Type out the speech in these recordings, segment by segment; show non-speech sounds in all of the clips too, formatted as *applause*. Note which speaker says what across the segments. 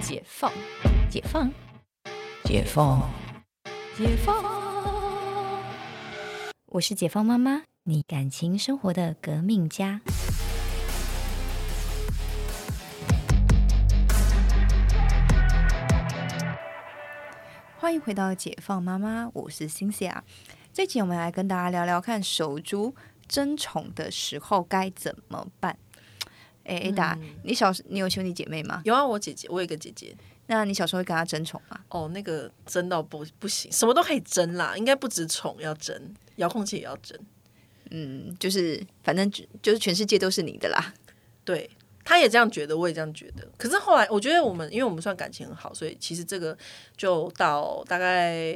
Speaker 1: 解放，解放，
Speaker 2: 解放，
Speaker 1: 解放。
Speaker 3: 我是解放妈妈，你感情生活的革命家。
Speaker 1: 欢迎回到解放妈妈，我是星星啊。这集我们来跟大家聊聊看手足争宠的时候该怎么办。哎，艾达，
Speaker 3: 嗯
Speaker 1: 你小时你有兄弟姐妹吗？
Speaker 4: 有啊，我姐姐，我有一个姐姐，
Speaker 1: 那你小时候会跟她争宠吗？
Speaker 4: 哦，那个争到不不行，什么都可以争啦，应该不止宠要争，遥控器也要争。
Speaker 1: 嗯，就是反正就就是全世界都是你的啦。
Speaker 4: 对，她也这样觉得，我也这样觉得。可是后来，我觉得我们，因为我们算感情很好，所以其实这个就到大概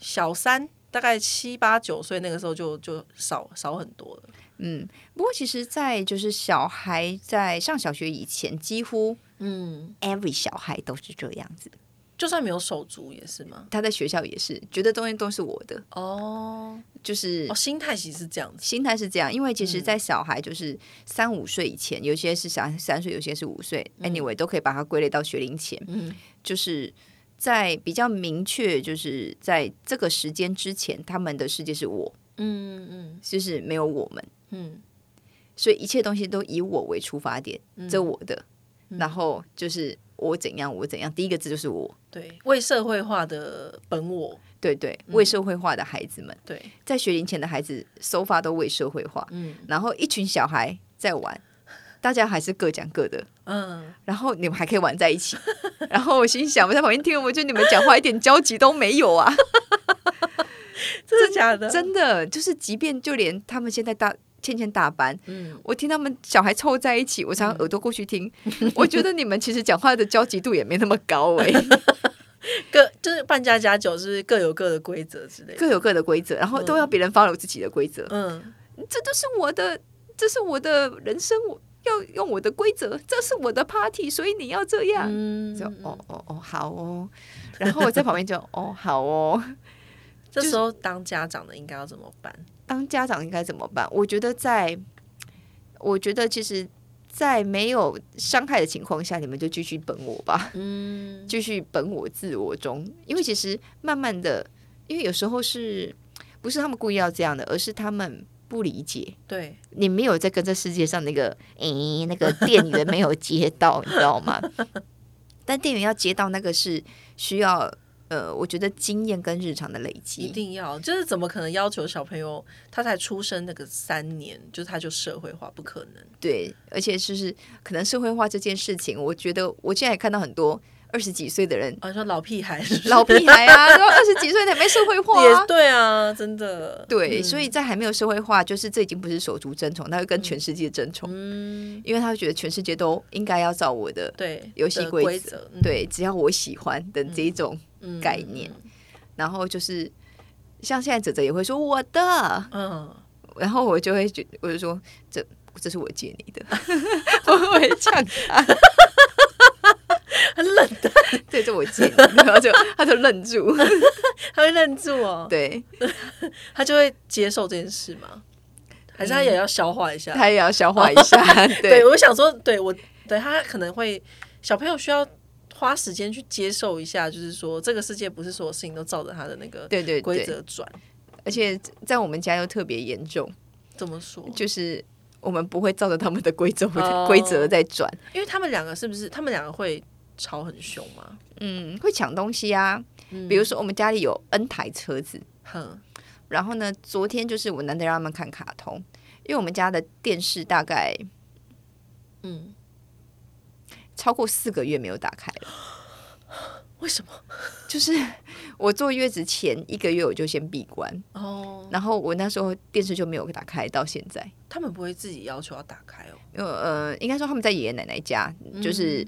Speaker 4: 小三，大概七八九岁那个时候就就少少很多了。
Speaker 1: 嗯，不过其实，在就是小孩在上小学以前，几乎
Speaker 4: 嗯，
Speaker 1: every 小孩都是这样子。
Speaker 4: 就算没有手足也是吗？
Speaker 1: 他在学校也是觉得东西都是我的，
Speaker 4: 哦，
Speaker 1: 就是
Speaker 4: 哦，心态其实是这样子。
Speaker 1: 心态是这样，因为其
Speaker 4: 嗯
Speaker 1: 实，在小孩就是三五岁以前，有些是小孩三岁，有些是五岁、a n y w a y 都可以把它归类到学龄前。
Speaker 4: 嗯，
Speaker 1: 就是在比较明确，就是在这个时间之前，他们的世界是我，
Speaker 4: 嗯嗯
Speaker 1: 就是没有我们，
Speaker 4: 嗯
Speaker 1: 所以一切东西都以我为出发点，
Speaker 4: 嗯
Speaker 1: 这我的，然后就是我怎样，我怎样，第一个字就是我。
Speaker 4: 对，为社会化的本我，
Speaker 1: 对对，为社会化的孩子们，
Speaker 4: 嗯对，
Speaker 1: 在学龄前的孩子手法都为社会化，
Speaker 4: 嗯
Speaker 1: 然后一群小孩在玩，大家还是各讲各的，
Speaker 4: 嗯，
Speaker 1: 然后你们还可以玩在一起。然后我心想，我在旁边听，我觉得你们讲话一点交集都没有啊！
Speaker 4: 真的假的？
Speaker 1: 真的，就是即便就连他们现在大倩倩大班，
Speaker 4: 嗯，
Speaker 1: 我听他们小孩凑在一起，我常常耳朵过去听，
Speaker 4: 嗯
Speaker 1: 我觉得你们其实讲话的交集度也没那么高
Speaker 4: *laughs*
Speaker 1: 哎、
Speaker 4: 各就是半家家酒，是不是各有各的规则之类的？
Speaker 1: 各有各的规则，然后都要别人 follow 自己的规则，
Speaker 4: 嗯，
Speaker 1: 这都是我的，这是我的人生，我要用我的规则，这是我的 party，所以你要这样。
Speaker 4: 嗯
Speaker 1: 就哦，哦哦好哦，然后我在旁边就哦好哦。
Speaker 4: 这时候当家长的应该要怎么办？
Speaker 1: 当家长应该怎么办？我觉得在，我觉得其实，在没有伤害的情况下，你们就继续本我吧，
Speaker 4: 嗯，
Speaker 1: 继续本我自我中，因为其实慢慢的，因为有时候是不是他们故意要这样的，而是他们不理解。
Speaker 4: 对，
Speaker 1: 你没有在跟这世界上那个诶、那个店员没有接 *laughs* 到，你知道吗？但店员要接到那个是需要呃，我觉得经验跟日常的累积，
Speaker 4: 一定要，就是怎么可能要求小朋友他才出生那个三年，就是他就社会化，不可能。
Speaker 1: 对，而且就是可能社会化这件事情，我觉得我现在也看到很多二十几岁的
Speaker 4: *laughs*
Speaker 1: 人，
Speaker 4: 啊，你说老屁孩是不是？ *laughs*
Speaker 1: 老屁孩啊，都二十几岁还没社会化、啊
Speaker 4: 也。对啊，真的，
Speaker 1: 对，
Speaker 4: 嗯
Speaker 1: 所以在还没有社会化，就是这已经不是手足争宠，他会跟全世界争宠，
Speaker 4: 嗯，
Speaker 1: 因为他会觉得全世界都应该要照我的，
Speaker 4: 对，
Speaker 1: 游戏
Speaker 4: 的
Speaker 1: 规
Speaker 4: 规
Speaker 1: 则
Speaker 4: 则，嗯，
Speaker 1: 对，只要我喜欢的这一种。
Speaker 4: 嗯
Speaker 1: 概念，然后就是像现在哲哲也会说我的，
Speaker 4: 嗯，
Speaker 1: 然后我就会觉，我就说这这是我借你
Speaker 4: *laughs*
Speaker 1: 的， *laughs* 我会呛他。
Speaker 4: 很冷的，
Speaker 1: 对，这我借你的，然后就他就愣住，
Speaker 4: 他会愣住哦，
Speaker 1: *laughs* 对嗯
Speaker 4: 他就会接受这件事吗？还是他也要消化一下？
Speaker 1: 他也要消化一下， *laughs* 对
Speaker 4: 对，我想说，对我对他可能会小朋友需要花时间去接受一下，就是说这个世界不是所有事情都照着他的那个
Speaker 1: 对对
Speaker 4: 规
Speaker 1: 对，
Speaker 4: 则转。
Speaker 1: 而且在我们家又特别严重，
Speaker 4: 怎么说？
Speaker 1: 就是我们不会照着他们的规则 *laughs*
Speaker 4: 哦
Speaker 1: 规则在转，
Speaker 4: 因为他们两个是不是他们两个会吵很凶吗？
Speaker 1: 嗯，会抢东西啊，
Speaker 4: 嗯
Speaker 1: 比如说我们家里有 N 台车子，
Speaker 4: 哼，
Speaker 1: 然后呢，昨天就是我难得让他们看卡通，因为我们家的电视大概
Speaker 4: 嗯，
Speaker 1: 超过四个月没有打开了，
Speaker 4: 为什么？
Speaker 1: 就是我坐月子前一个月我就先闭关，
Speaker 4: 哦，
Speaker 1: 然后我那时候电视就没有打开到现在。
Speaker 4: 他们不会自己要求要打开哦。
Speaker 1: 因为呃，应该说他们在爷爷奶奶家，
Speaker 4: 嗯
Speaker 1: 就是、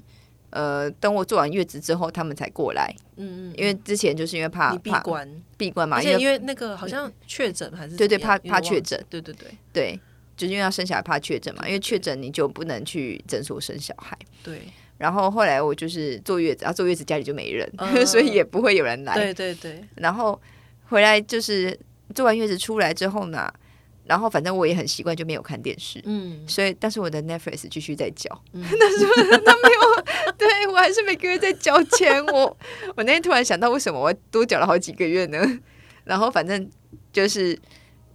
Speaker 1: 呃，等我做完月子之后，他们才过来。
Speaker 4: 嗯嗯，
Speaker 1: 因为之前就是因为怕
Speaker 4: 你闭
Speaker 1: 怕
Speaker 4: 关，
Speaker 1: 闭关嘛，
Speaker 4: 而
Speaker 1: 因
Speaker 4: 且
Speaker 1: 为嗯
Speaker 4: 因为那个好像确诊还是
Speaker 1: 对对
Speaker 4: 怎么样
Speaker 1: 怕怕确，诊
Speaker 4: 有点忘记对对对
Speaker 1: 对，就是因为要生小孩怕确诊嘛，因为确诊你就不能去诊所生小孩。
Speaker 4: 对
Speaker 1: 然后后来我就是坐月子，然后啊坐月子家里就没人，*laughs*
Speaker 4: 嗯
Speaker 1: 所以也不会有人来。
Speaker 4: 对对对，
Speaker 1: 然后回来就是做完月子出来之后呢，然后反正我也很习惯，就没有看电视。
Speaker 4: 嗯
Speaker 1: *laughs* 所以，但是我的 Netflix 继续在缴，
Speaker 4: 嗯
Speaker 1: 但是他没有，对我还是每个月在交钱。我 *laughs* 我那天突然想到，为什么我多缴了好几个月呢？ *laughs* 然后反正就是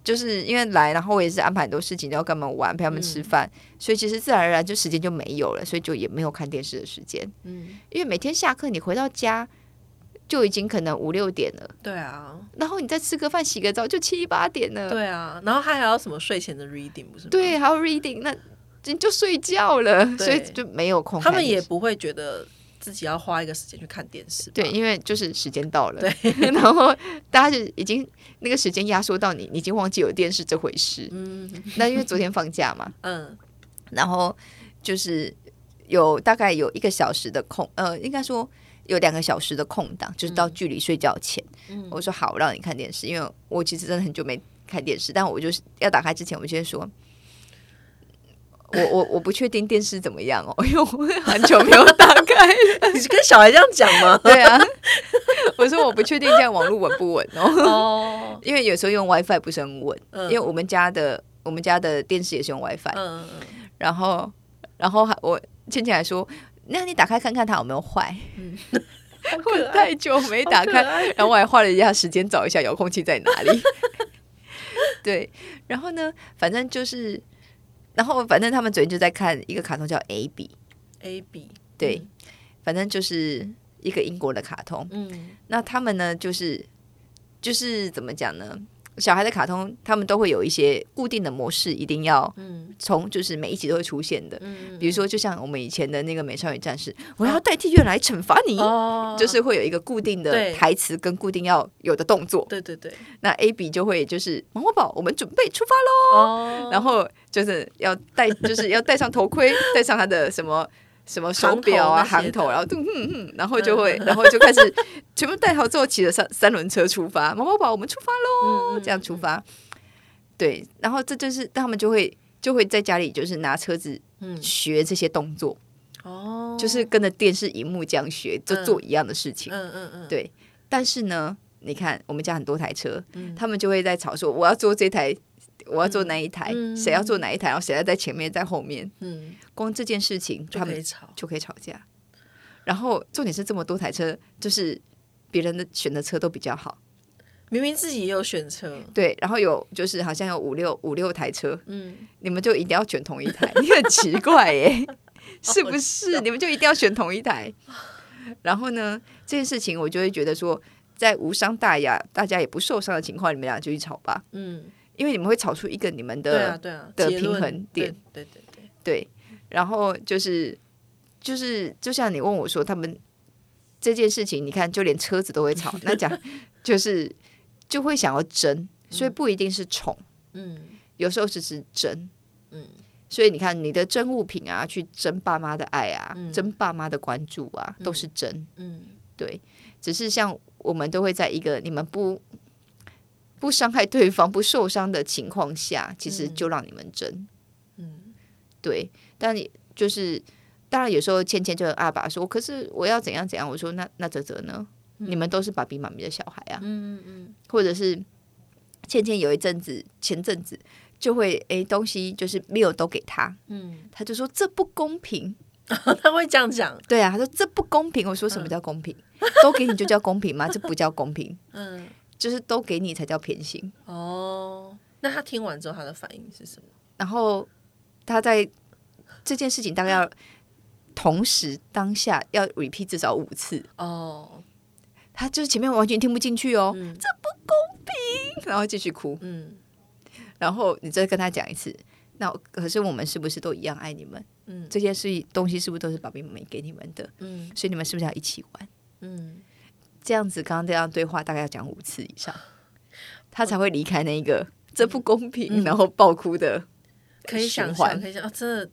Speaker 1: 就是因为来，然后我也是安排很多事情，要跟他们玩，陪他们吃饭，所以其实自然而然就时间就没有了，所以就也没有看电视的时间。
Speaker 4: 嗯，
Speaker 1: 因为每天下课你回到家就已经可能五六点了，
Speaker 4: 对啊，
Speaker 1: 然后你再吃个饭、洗个澡就七八点了。
Speaker 4: 对啊，然后他还要什么睡前的 reading 不是吗？
Speaker 1: 对，还有 reading，那你就睡觉了，
Speaker 4: 对
Speaker 1: 所以就没有空
Speaker 4: 他
Speaker 1: 看电视。
Speaker 4: 们也不会觉得自己要花一个时间去看电视吧。
Speaker 1: 对，因为就是时间到了， *laughs* 然后大家就已经那个时间压缩到你，你已经忘记有电视这回事。
Speaker 4: 嗯
Speaker 1: 那因为昨天放假嘛，
Speaker 4: 嗯，
Speaker 1: 然后就是有大概有一个小时的空，呃，应该说有两个小时的空档，就是到距离睡觉前，
Speaker 4: 嗯
Speaker 1: 我说好，我让你看电视，因为我其实真的很久没看电视，但我就是要打开之前，我就先说。我我我不确定电视怎么样哦， *laughs* 因为我很久没有打开了？
Speaker 4: *laughs* 你是跟小孩这样讲吗
Speaker 1: 对啊， *laughs* 我说我不确定这样网络稳不稳哦，
Speaker 4: 哦，
Speaker 1: *laughs* 因为有时候用 WiFi 不是很稳，
Speaker 4: 嗯
Speaker 1: 因为我们家的我们家的电视也是用 WiFi，、
Speaker 4: 嗯，
Speaker 1: 然后然后还我倩倩还说，那你打开看看它有没有坏，
Speaker 4: 可
Speaker 1: 我
Speaker 4: 爱
Speaker 1: 太久没打开，然后我还花了一下时间找一下遥控器在哪里。 *laughs* 对，然后呢，反正就是，然后反正他们昨天就在看一个卡通叫《A B》，
Speaker 4: A B，
Speaker 1: 对，反正就是一个英国的卡通，
Speaker 4: 嗯
Speaker 1: 那他们呢，就是就是怎么讲呢？小孩的卡通，他们都会有一些固定的模式，一定要
Speaker 4: 嗯
Speaker 1: 从就是每一集都会出现的。
Speaker 4: 嗯，
Speaker 1: 比如说，就像我们以前的那个《美少女战士》，我要代替月来惩罚你，
Speaker 4: 哦，
Speaker 1: 就是会有一个固定的
Speaker 4: 对
Speaker 1: 台词跟固定要有的动作。
Speaker 4: 对对对，
Speaker 1: 那 A B 就会就是毛毛宝，我们准备出发喽，
Speaker 4: 哦，
Speaker 1: 然后就是要戴， *laughs* 就是要戴上头
Speaker 4: *laughs*
Speaker 1: 盔，戴上他的什么。什么手表啊，
Speaker 4: 行头那
Speaker 1: 行
Speaker 4: 些的
Speaker 1: 头，然后就嗯嗯，然后就
Speaker 4: *laughs*
Speaker 1: 会，然后就开始全部戴好之后，骑着三三轮车出发，毛毛宝，我们出发喽，
Speaker 4: 嗯嗯
Speaker 1: 这样出发。对，然后这就是他们就会就会在家里就是拿车子
Speaker 4: 嗯
Speaker 1: 学这些动作，
Speaker 4: 哦，
Speaker 1: 就是跟着电视荧幕这样学，就
Speaker 4: 嗯
Speaker 1: 做一样的事情。
Speaker 4: 嗯嗯嗯，
Speaker 1: 对但是呢，你看我们家很多台车，
Speaker 4: 嗯
Speaker 1: 他们就会在吵说我要坐这台，我要坐那一台，
Speaker 4: 嗯
Speaker 1: 谁要坐哪一台，然后谁要在前面，在后面。
Speaker 4: 嗯，
Speaker 1: 光这件事情，
Speaker 4: 就
Speaker 1: 他
Speaker 4: 可以
Speaker 1: 们
Speaker 4: 吵，
Speaker 1: 就可以吵架。然后重点是这么多台车，就是别人的选的车都比较好，
Speaker 4: 明明自己也有选车，
Speaker 1: 对。然后有就是好像有五六五六台车，
Speaker 4: 嗯，
Speaker 1: 你们就一定要选同一台，你很奇怪耶、
Speaker 4: *laughs*
Speaker 1: *laughs* 是不是？你们就一定要选同一台。然后呢，这件事情我就会觉得说，在无伤大雅、大家也不受伤的情况，你们俩就去吵吧，
Speaker 4: 嗯，
Speaker 1: 因为你们会吵出一个你们的
Speaker 4: 对啊对啊，
Speaker 1: 的
Speaker 4: 结论
Speaker 1: 平衡点，
Speaker 4: 对对对对，
Speaker 1: 对，然后就是就是，就像你问我说，他们这件事情，你看，就连车子都会吵，那
Speaker 4: *laughs*
Speaker 1: 讲就是就会想要争，所以不一定是宠，
Speaker 4: 嗯
Speaker 1: 有时候只是争。
Speaker 4: 嗯，
Speaker 1: 所以你看，你的争物品啊，去争爸妈的爱啊，
Speaker 4: 嗯
Speaker 1: 争爸妈的关注啊，都是争。
Speaker 4: 嗯
Speaker 1: 对，只是像我们都会在一个你们不不伤害对方、不受伤的情况下，其实
Speaker 4: 嗯
Speaker 1: 就让你们争。
Speaker 4: 嗯
Speaker 1: 对，但你就是当然有时候倩倩就很阿爸说，可是我要怎样怎样，我说那那泽泽呢？你们都是爸比妈咪的小孩啊，
Speaker 4: 嗯嗯
Speaker 1: 或者是倩倩有一阵子前阵子就会诶东西就是没有都给他，
Speaker 4: 嗯，
Speaker 1: 他就说这不公平。
Speaker 4: *laughs* 他会这样讲，
Speaker 1: 对啊，他说这不公平。我说什么叫公平？都给你就叫公平吗？这不叫公平，
Speaker 4: 嗯。
Speaker 1: 就是都给你才叫偏心。
Speaker 4: 哦，那他听完之后他的反应是什么？
Speaker 1: 然后他在这件事情大概要同时当下要 repeat 至少五次。
Speaker 4: 哦，
Speaker 1: 他就是前面完全听不进去哦，
Speaker 4: 嗯
Speaker 1: 然后继续哭，
Speaker 4: 嗯
Speaker 1: 然后你再跟他讲一次。那可是我们是不是都一样爱你们？
Speaker 4: 嗯
Speaker 1: 这些事情东西是不是都是爸比妈咪给你们的？
Speaker 4: 嗯
Speaker 1: 所以你们是不是要一起玩？
Speaker 4: 嗯，
Speaker 1: 这样子，刚刚这样对话大概要讲五次以上，他才会离开那一个这不公平，
Speaker 4: 嗯
Speaker 1: 然后爆哭的。
Speaker 4: 可以想
Speaker 1: 循环
Speaker 4: 象，可以想啊，真的，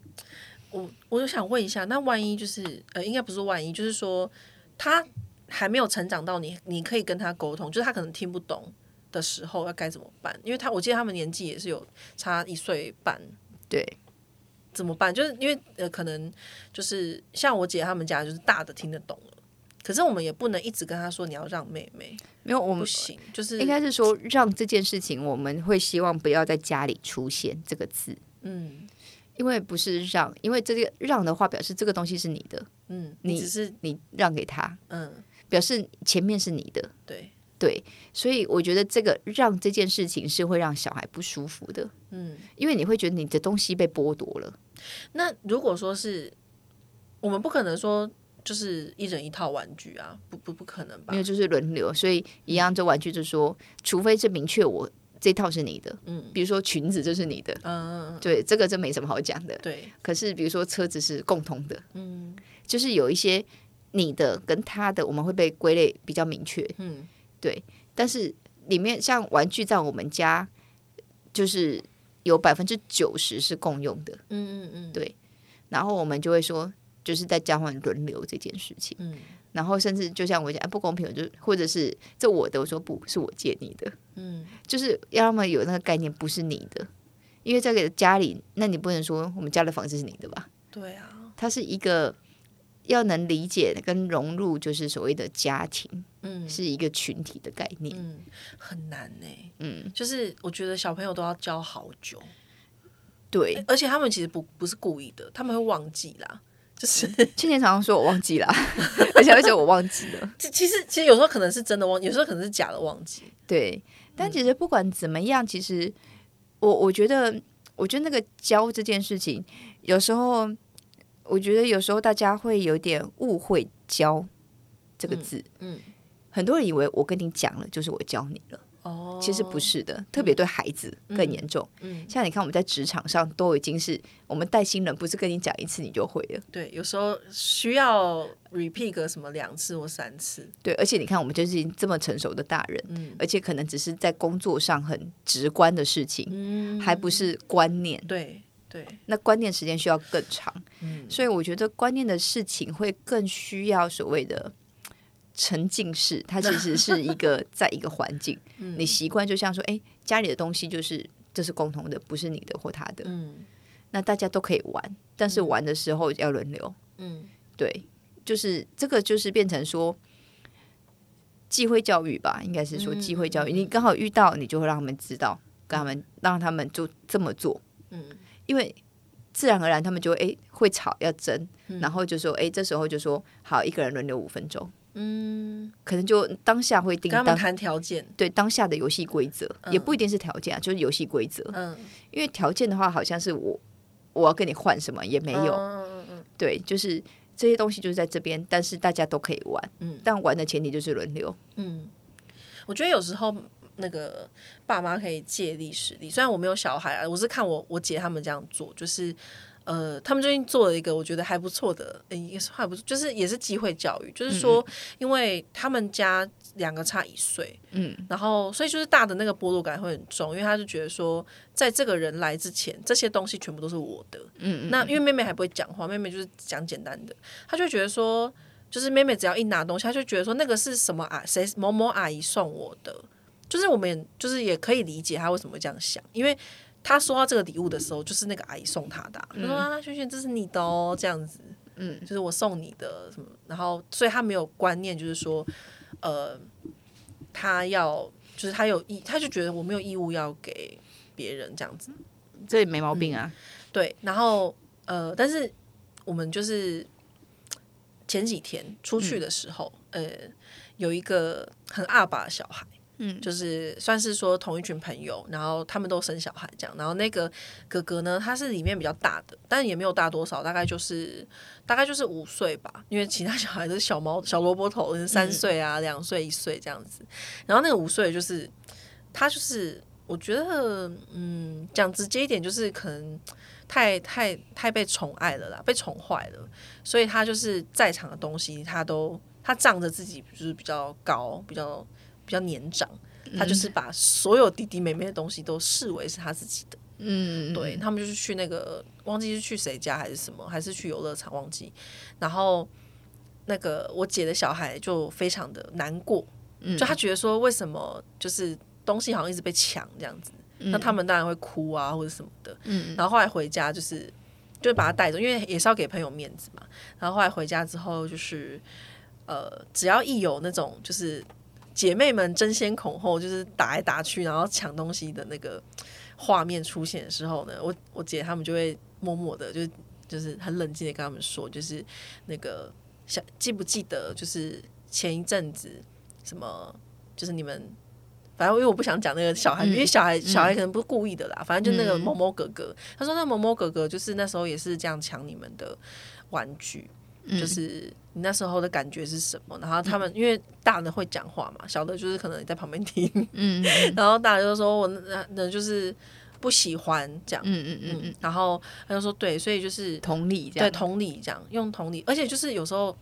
Speaker 4: 我我就想问一下，那万一就是呃，应该不是万一，就是说他还没有成长到你，你可以跟他沟通，就是他可能听不懂的时候要该怎么办？因为他我记得他们年纪也是有差一岁半，
Speaker 1: 对，
Speaker 4: 怎么办？就是因为呃，可能就是像我姐他们家就是大的听得懂了。可是我们也不能一直跟他说你要让妹妹，
Speaker 1: 没有我
Speaker 4: 不
Speaker 1: 们
Speaker 4: 行，就是
Speaker 1: 应该是说让这件事情，我们会希望不要在家里出现这个字，
Speaker 4: 嗯
Speaker 1: 因为不是让，因为这个让的话表示这个东西是你的，
Speaker 4: 嗯，你
Speaker 1: 你
Speaker 4: 只是
Speaker 1: 你让给他，
Speaker 4: 嗯，
Speaker 1: 表示前面是你的。
Speaker 4: 对，
Speaker 1: 对，所以我觉得这个让这件事情是会让小孩不舒服的，
Speaker 4: 嗯。
Speaker 1: 因为你会觉得你的东西被剥夺了。
Speaker 4: 那如果说是我们不可能说就是一人一套玩具啊，不不不可能吧嗯
Speaker 1: 没？有，就是轮流，所以一样就玩具就说，除非是明确我这套是你的，
Speaker 4: 嗯
Speaker 1: 比如说裙子就是你的，
Speaker 4: 嗯，
Speaker 1: 对，这个真没什么好讲的。
Speaker 4: 对，
Speaker 1: 可是比如说车子是共同的，
Speaker 4: 嗯
Speaker 1: 就是有一些你的跟他的，我们会被归类比较明确，
Speaker 4: 嗯
Speaker 1: 对。但是里面像玩具在我们家，就是有百分之九十是共用的，
Speaker 4: 嗯嗯嗯，
Speaker 1: 对然后我们就会说。就是在交换轮流这件事情，
Speaker 4: 嗯
Speaker 1: 然后甚至就像我讲、啊、不公平，我就或者是这我的，我说不是我借你的，
Speaker 4: 嗯
Speaker 1: 就是要么有那个概念不是你的，因为这个家里，那你不能说我们家的房子是你的吧？
Speaker 4: 对啊，
Speaker 1: 它是一个要能理解跟融入，就是所谓的家庭
Speaker 4: 嗯
Speaker 1: 是一个群体的概念。
Speaker 4: 嗯，很难呢、
Speaker 1: 嗯，
Speaker 4: 就是我觉得小朋友都要教好久，
Speaker 1: 对，
Speaker 4: 而且他们其实不不是故意的，他们会忘记啦。就是， *laughs*
Speaker 1: 呃青年常常说我忘记了， *laughs* 而且而且我忘记了。
Speaker 4: 其其实其实有时候可能是真的忘，有时候可能是假的忘记。
Speaker 1: 对，但其实不管怎么样，其实我我觉得，我觉得那个教这件事情，有时候我觉得有时候大家会有点误会“教”这个字。
Speaker 4: 嗯，
Speaker 1: 很多人以为我跟你讲了，就是我教你了，
Speaker 4: 哦，
Speaker 1: 其实不，是的，特别对孩子更严重。
Speaker 4: 嗯，
Speaker 1: 像你看，我们在职场上都已经是我们带新人，不是跟你讲一次你就会了，
Speaker 4: 对，有时候需要 repeat 个什么两次或三次，
Speaker 1: 对。而且你看，我们就是已经这么成熟的大人，
Speaker 4: 嗯
Speaker 1: 而且可能只是在工作上很直观的事情，
Speaker 4: 嗯
Speaker 1: 还不是观念。
Speaker 4: 对对，
Speaker 1: 那观念时间需要更长，
Speaker 4: 嗯
Speaker 1: 所以我觉得观念的事情会更需要所谓的沉浸式，它其实是一个
Speaker 4: *laughs*
Speaker 1: 在一个环境，
Speaker 4: 嗯
Speaker 1: 你习惯就像说，哎，家里的东西就是这是共同的，不是你的或他的，
Speaker 4: 嗯
Speaker 1: 那大家都可以玩，但是玩的时候要轮流，
Speaker 4: 嗯
Speaker 1: 对，就是这个就是变成说。机会教育吧，应该是说
Speaker 4: 嗯
Speaker 1: 机会教育。你刚好遇到，你就会让他们知道，跟他们让他们就这么做。
Speaker 4: 嗯
Speaker 1: 因为自然而然他们就会诶会吵要争，
Speaker 4: 嗯
Speaker 1: 然后就说诶这时候就说好一个人轮流五分钟，
Speaker 4: 嗯，
Speaker 1: 可能就当下会定
Speaker 4: 跟他们
Speaker 1: 当
Speaker 4: 谈条件，
Speaker 1: 对当下的游戏规则，
Speaker 4: 嗯
Speaker 1: 也不一定是条件啊，就是游戏规则。
Speaker 4: 嗯，
Speaker 1: 因为条件的话，好像是我我要跟你换什么也没有，
Speaker 4: 嗯嗯
Speaker 1: 对，就是这些东西就是在这边，但是大家都可以玩，
Speaker 4: 嗯
Speaker 1: 但玩的前提就是轮流，
Speaker 4: 嗯，我觉得有时候那个爸妈可以借力使力，虽然我没有小孩啊，我是看我我姐他们这样做，就是呃，他们最近做了一个我觉得还不错的，呃也是还不错，就是也是机会教育，
Speaker 1: 嗯
Speaker 4: 就是说，因为他们家两个差一岁，
Speaker 1: 嗯，
Speaker 4: 然后所以就是大的那个剥夺感会很重，因为他就觉得说，在这个人来之前，这些东西全部都是我的，
Speaker 1: 嗯嗯
Speaker 4: 那因为妹妹还不会讲话，妹妹就是讲简单的，她就会觉得说，就是妹妹只要一拿东西，她就觉得说那个是什么啊，谁某某阿姨送我的，就是我们也就是也可以理解她为什么会这样想，因为她收到这个礼物的时候，就是那个阿姨送她的啊、她说啊，萱萱这是你的哦，这样子，
Speaker 1: 嗯，
Speaker 4: 就是我送你的什么，然后所以她没有观念，就是说，呃，她要就是她有义，她就觉得我没有义务要给别人这样子。
Speaker 1: 这也没毛病啊，
Speaker 4: 对，然后呃，但是我们就是前几天出去的时候，呃，有一个很阿爸的小孩，
Speaker 1: 嗯
Speaker 4: 就是算是说同一群朋友，然后他们都生小孩这样，然后那个哥哥呢，他是里面比较大的，但也没有大多少，大概就是大概就是五岁吧，因为其他小孩都是小毛小萝卜头，三岁啊、两岁、一岁这样子，然后那个五岁就是他就是。我觉得，嗯，讲直接一点，就是可能太太太被宠爱了啦，被宠坏了，所以他就是在场的东西，他都他仗着自己就是比较高，比较比较年长，他就是把所有弟弟妹妹的东西都视为是他自己的。
Speaker 1: 嗯，
Speaker 4: 对他们就是去那个忘记是去谁家还是什么，还是去游乐场忘记。然后那个我姐的小孩就非常的难过，
Speaker 1: 嗯
Speaker 4: 就他觉得说为什么就是东西好像一直被抢这样子，那他们当然会哭啊或者什么的。
Speaker 1: 嗯
Speaker 4: 然后后来回家就是就把他带走，因为也是要给朋友面子嘛。然后后来回家之后就是呃，只要一有那种就是姐妹们争先恐后，就是打来打去，然后抢东西的那个画面出现的时候呢，我我姐她们就会默默的就就是很冷静的跟他们说，就是那个想记不记得，就是前一阵子什么，就是你们。反正因为我不想讲那个小孩，
Speaker 1: 嗯
Speaker 4: 因为小孩
Speaker 1: 嗯
Speaker 4: 小孩可能不是故意的啦。反正就那个
Speaker 1: 嗯
Speaker 4: 某某哥哥，他说那某某哥哥就是那时候也是这样抢你们的玩具，
Speaker 1: 嗯
Speaker 4: 就是你那时候的感觉是什么？然后他们因为大的会讲话嘛，小的就是可能在旁边听，
Speaker 1: 嗯嗯
Speaker 4: 然后大家就说我那那就是不喜欢这样，
Speaker 1: 嗯嗯嗯
Speaker 4: 嗯
Speaker 1: 嗯，，
Speaker 4: 然后他就说对，所以就是
Speaker 1: 同理这
Speaker 4: 对
Speaker 1: 样，
Speaker 4: 同理这样用同理，而且就是有时候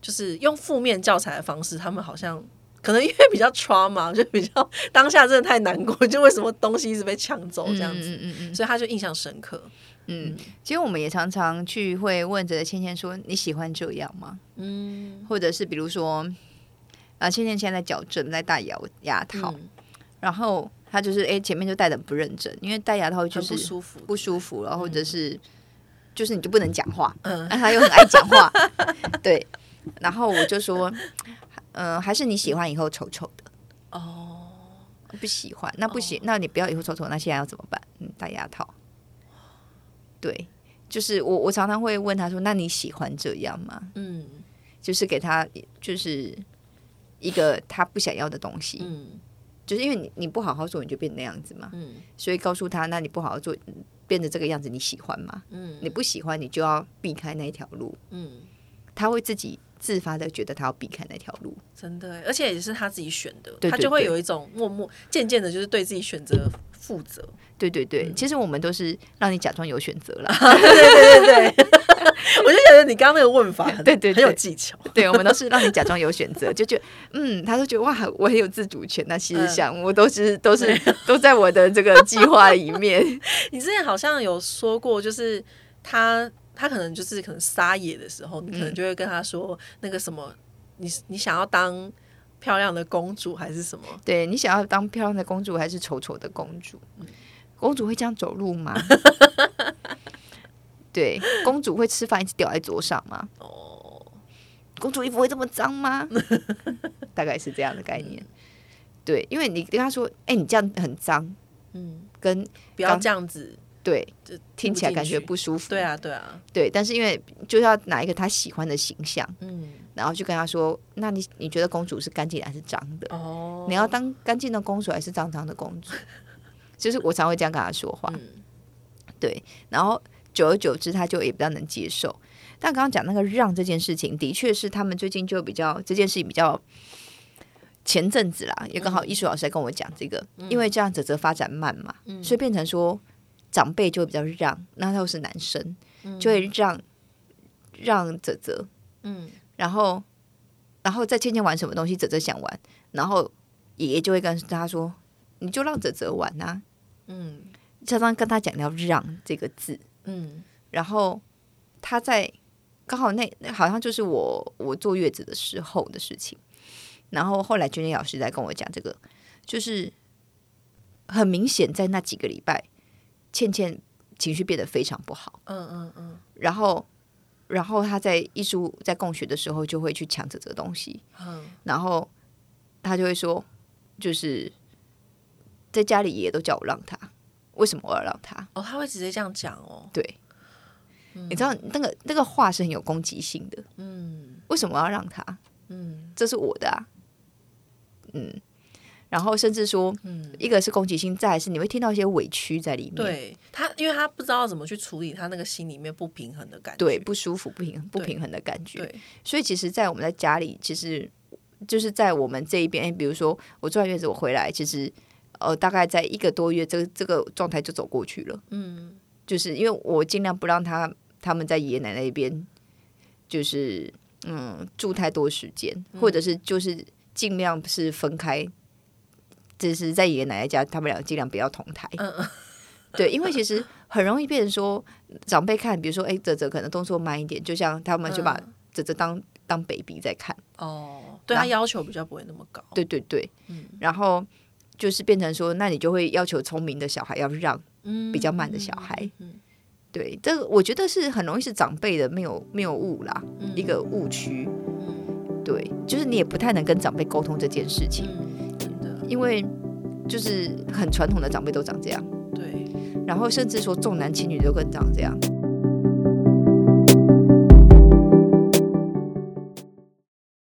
Speaker 4: 就是用负面教材的方式，他们好像。可能因为比较 trauma，就 *laughs* 比较当下真的太难过，就为什么东西一直被抢走这样子，
Speaker 1: 嗯嗯嗯嗯
Speaker 4: 所以他就印象深刻。
Speaker 1: 嗯，其实我们也常常去会问着倩倩说：“你喜欢这样吗？”嗯，或者是比如说，啊，倩倩现在在矫正，在戴牙牙套，
Speaker 4: 嗯
Speaker 1: 然后她就是哎、诶前面就戴的不认真，因为戴牙套就
Speaker 4: 很
Speaker 1: 是
Speaker 4: 不舒服，
Speaker 1: 不舒服了，或者是就是你就不能讲话，
Speaker 4: *laughs*
Speaker 1: 啊
Speaker 4: 嗯
Speaker 1: 但她又很爱讲话，对，然后我就说，嗯、还是你喜欢以后丑丑的。
Speaker 4: 哦，
Speaker 1: 不喜欢，那不行，那你不要以后丑丑，那现在要怎么办？嗯，戴牙套。对，就是我我常常会问他说：“那你喜欢这样吗
Speaker 4: 嗯？”
Speaker 1: 就是给他就是一个他不想要的东西，
Speaker 4: 嗯
Speaker 1: 就是因为你你不好好做，你就变那样子嘛。
Speaker 4: 嗯
Speaker 1: 所以告诉他，那你不好好做，变成这个样子，你喜欢吗？
Speaker 4: 嗯
Speaker 1: 你不喜欢，你就要避开那一条路。
Speaker 4: 嗯，
Speaker 1: 他会自己自发的觉得他要避开那条路。
Speaker 4: 真的耶，而且也是他自己选的，
Speaker 1: 对
Speaker 4: 他
Speaker 1: 对
Speaker 4: 就会
Speaker 1: 对
Speaker 4: 有一种默默渐渐的，就是对自己选择负责。
Speaker 1: 对对对，
Speaker 4: 嗯
Speaker 1: 其实我们都是让你假装有选择啦。
Speaker 4: 我就觉得你刚刚那个问法 *laughs* 很，
Speaker 1: 对对
Speaker 4: 很有
Speaker 1: 对
Speaker 4: 技巧。
Speaker 1: 对，我们都是让你假装有选择，就觉得嗯，他都觉得哇，我很有自主权。啊那其
Speaker 4: 嗯
Speaker 1: 实想，我都是都是都在我的这个计划里面。 *laughs*
Speaker 4: 你之前好像有说过，就是他他可能就是可能撒野的时候，你可能就会跟他说那个什么，你你想要当漂亮的公主还是什么？
Speaker 1: 对你想要当漂亮的公主还是丑丑的公主？
Speaker 4: 嗯
Speaker 1: 公主会这样走路吗？
Speaker 4: *laughs*
Speaker 1: 对，公主会吃饭一直掉在桌上吗？
Speaker 4: 哦，
Speaker 1: 公主衣服会这么脏
Speaker 4: *laughs*
Speaker 1: 吗？大概是这样的概念。对，因为你跟他说，哎、你这样很脏，
Speaker 4: 嗯，
Speaker 1: 跟
Speaker 4: 不要
Speaker 1: 刚
Speaker 4: 这样子。
Speaker 1: 对
Speaker 4: 就
Speaker 1: 听起来感觉
Speaker 4: 不进去
Speaker 1: 不舒服。
Speaker 4: 对啊，对啊，
Speaker 1: 对，但是因为就是要拿一个他喜欢的形象。
Speaker 4: 嗯，
Speaker 1: 然后就跟他说：“那你你觉得公主是干净的还是脏的？
Speaker 4: 哦，
Speaker 1: 你要当干净的公主还是脏脏的公
Speaker 4: *laughs*
Speaker 1: 主？”就是我常会这样跟他说话，
Speaker 4: 嗯
Speaker 1: 对。然后久而久之，他就也比较能接受。但刚刚讲那个让这件事情，的确是他们最近就比较这件事情比较。前阵子啦，也刚好艺术老师在跟我讲这个，
Speaker 4: 嗯
Speaker 1: 因为这样子则发展慢嘛，所以变成说长辈就会比较让，那他又是男生，就会让让泽泽，
Speaker 4: 嗯
Speaker 1: 然后，然后再倩倩玩什么东西，泽泽想玩，然后爷爷就会跟他说：“你就让泽泽玩啊。
Speaker 4: 嗯”
Speaker 1: 常常跟他讲要“让”这个字，
Speaker 4: 嗯
Speaker 1: 然后他在刚好那那好像就是我我坐月子的时候的事情，然后后来娟娟老师在跟我讲这个，就是很明显在那几个礼拜，倩倩情绪变得非常不好。
Speaker 4: 嗯嗯嗯，
Speaker 1: 然后，然后他在艺术在共学的时候就会去抢着这个东西，
Speaker 4: 嗯，
Speaker 1: 然后他就会说，就是在家里爷爷都叫我让他，为什么我要让他？
Speaker 4: 哦，他会直接这样讲哦，
Speaker 1: 对，你知道那个那个话是很有攻击性的，
Speaker 4: 嗯
Speaker 1: 为什么我要让他？
Speaker 4: 嗯
Speaker 1: 这是我的啊，嗯，然后甚至说，
Speaker 4: 嗯，
Speaker 1: 一个是攻击性，再来是你会听到一些委屈在里面，
Speaker 4: 对他，因为他不知道怎么去处理他那个心里面不平衡的感觉，
Speaker 1: 对，不舒服、不平不
Speaker 4: 对
Speaker 1: 平衡的感觉，
Speaker 4: 对，
Speaker 1: 所以其实，在我们在家里，其实就是在我们这一边，诶哎比如说我坐完月子我回来，其实呃大概在一个多月，这个这个状态就走过去了。
Speaker 4: 嗯
Speaker 1: 就是因为我尽量不让他他们在爷爷奶奶那边，就是嗯住太多时间，
Speaker 4: 嗯
Speaker 1: 或者是就是尽量是分开，就是在爷爷奶奶家，他们俩尽量不要同台。
Speaker 4: 嗯嗯
Speaker 1: 对，因为其实很容易变成说，长辈看，比如说，哎，泽泽可能动作慢一点，就像他们就把
Speaker 4: 嗯
Speaker 1: 泽泽当当 baby 在看，
Speaker 4: 哦，对
Speaker 1: 然
Speaker 4: 他
Speaker 1: 后
Speaker 4: 要求比较不会那么高，
Speaker 1: 对对对，
Speaker 4: 哦嗯
Speaker 1: 然后就是变成说，那你就会要求聪明的小孩要让
Speaker 4: 嗯
Speaker 1: 比较慢的小孩，
Speaker 4: 嗯
Speaker 1: 对，这个我觉得是很容易是长辈的谬谬误啦，
Speaker 4: 嗯
Speaker 1: 一个误区，
Speaker 4: 嗯
Speaker 1: 对，就是你也不太能跟长辈沟通这件事情，
Speaker 4: 嗯，真的
Speaker 1: 因为就是很传统的长辈都长这样，
Speaker 4: 对，
Speaker 1: 然后甚至说重男轻女都更长这样，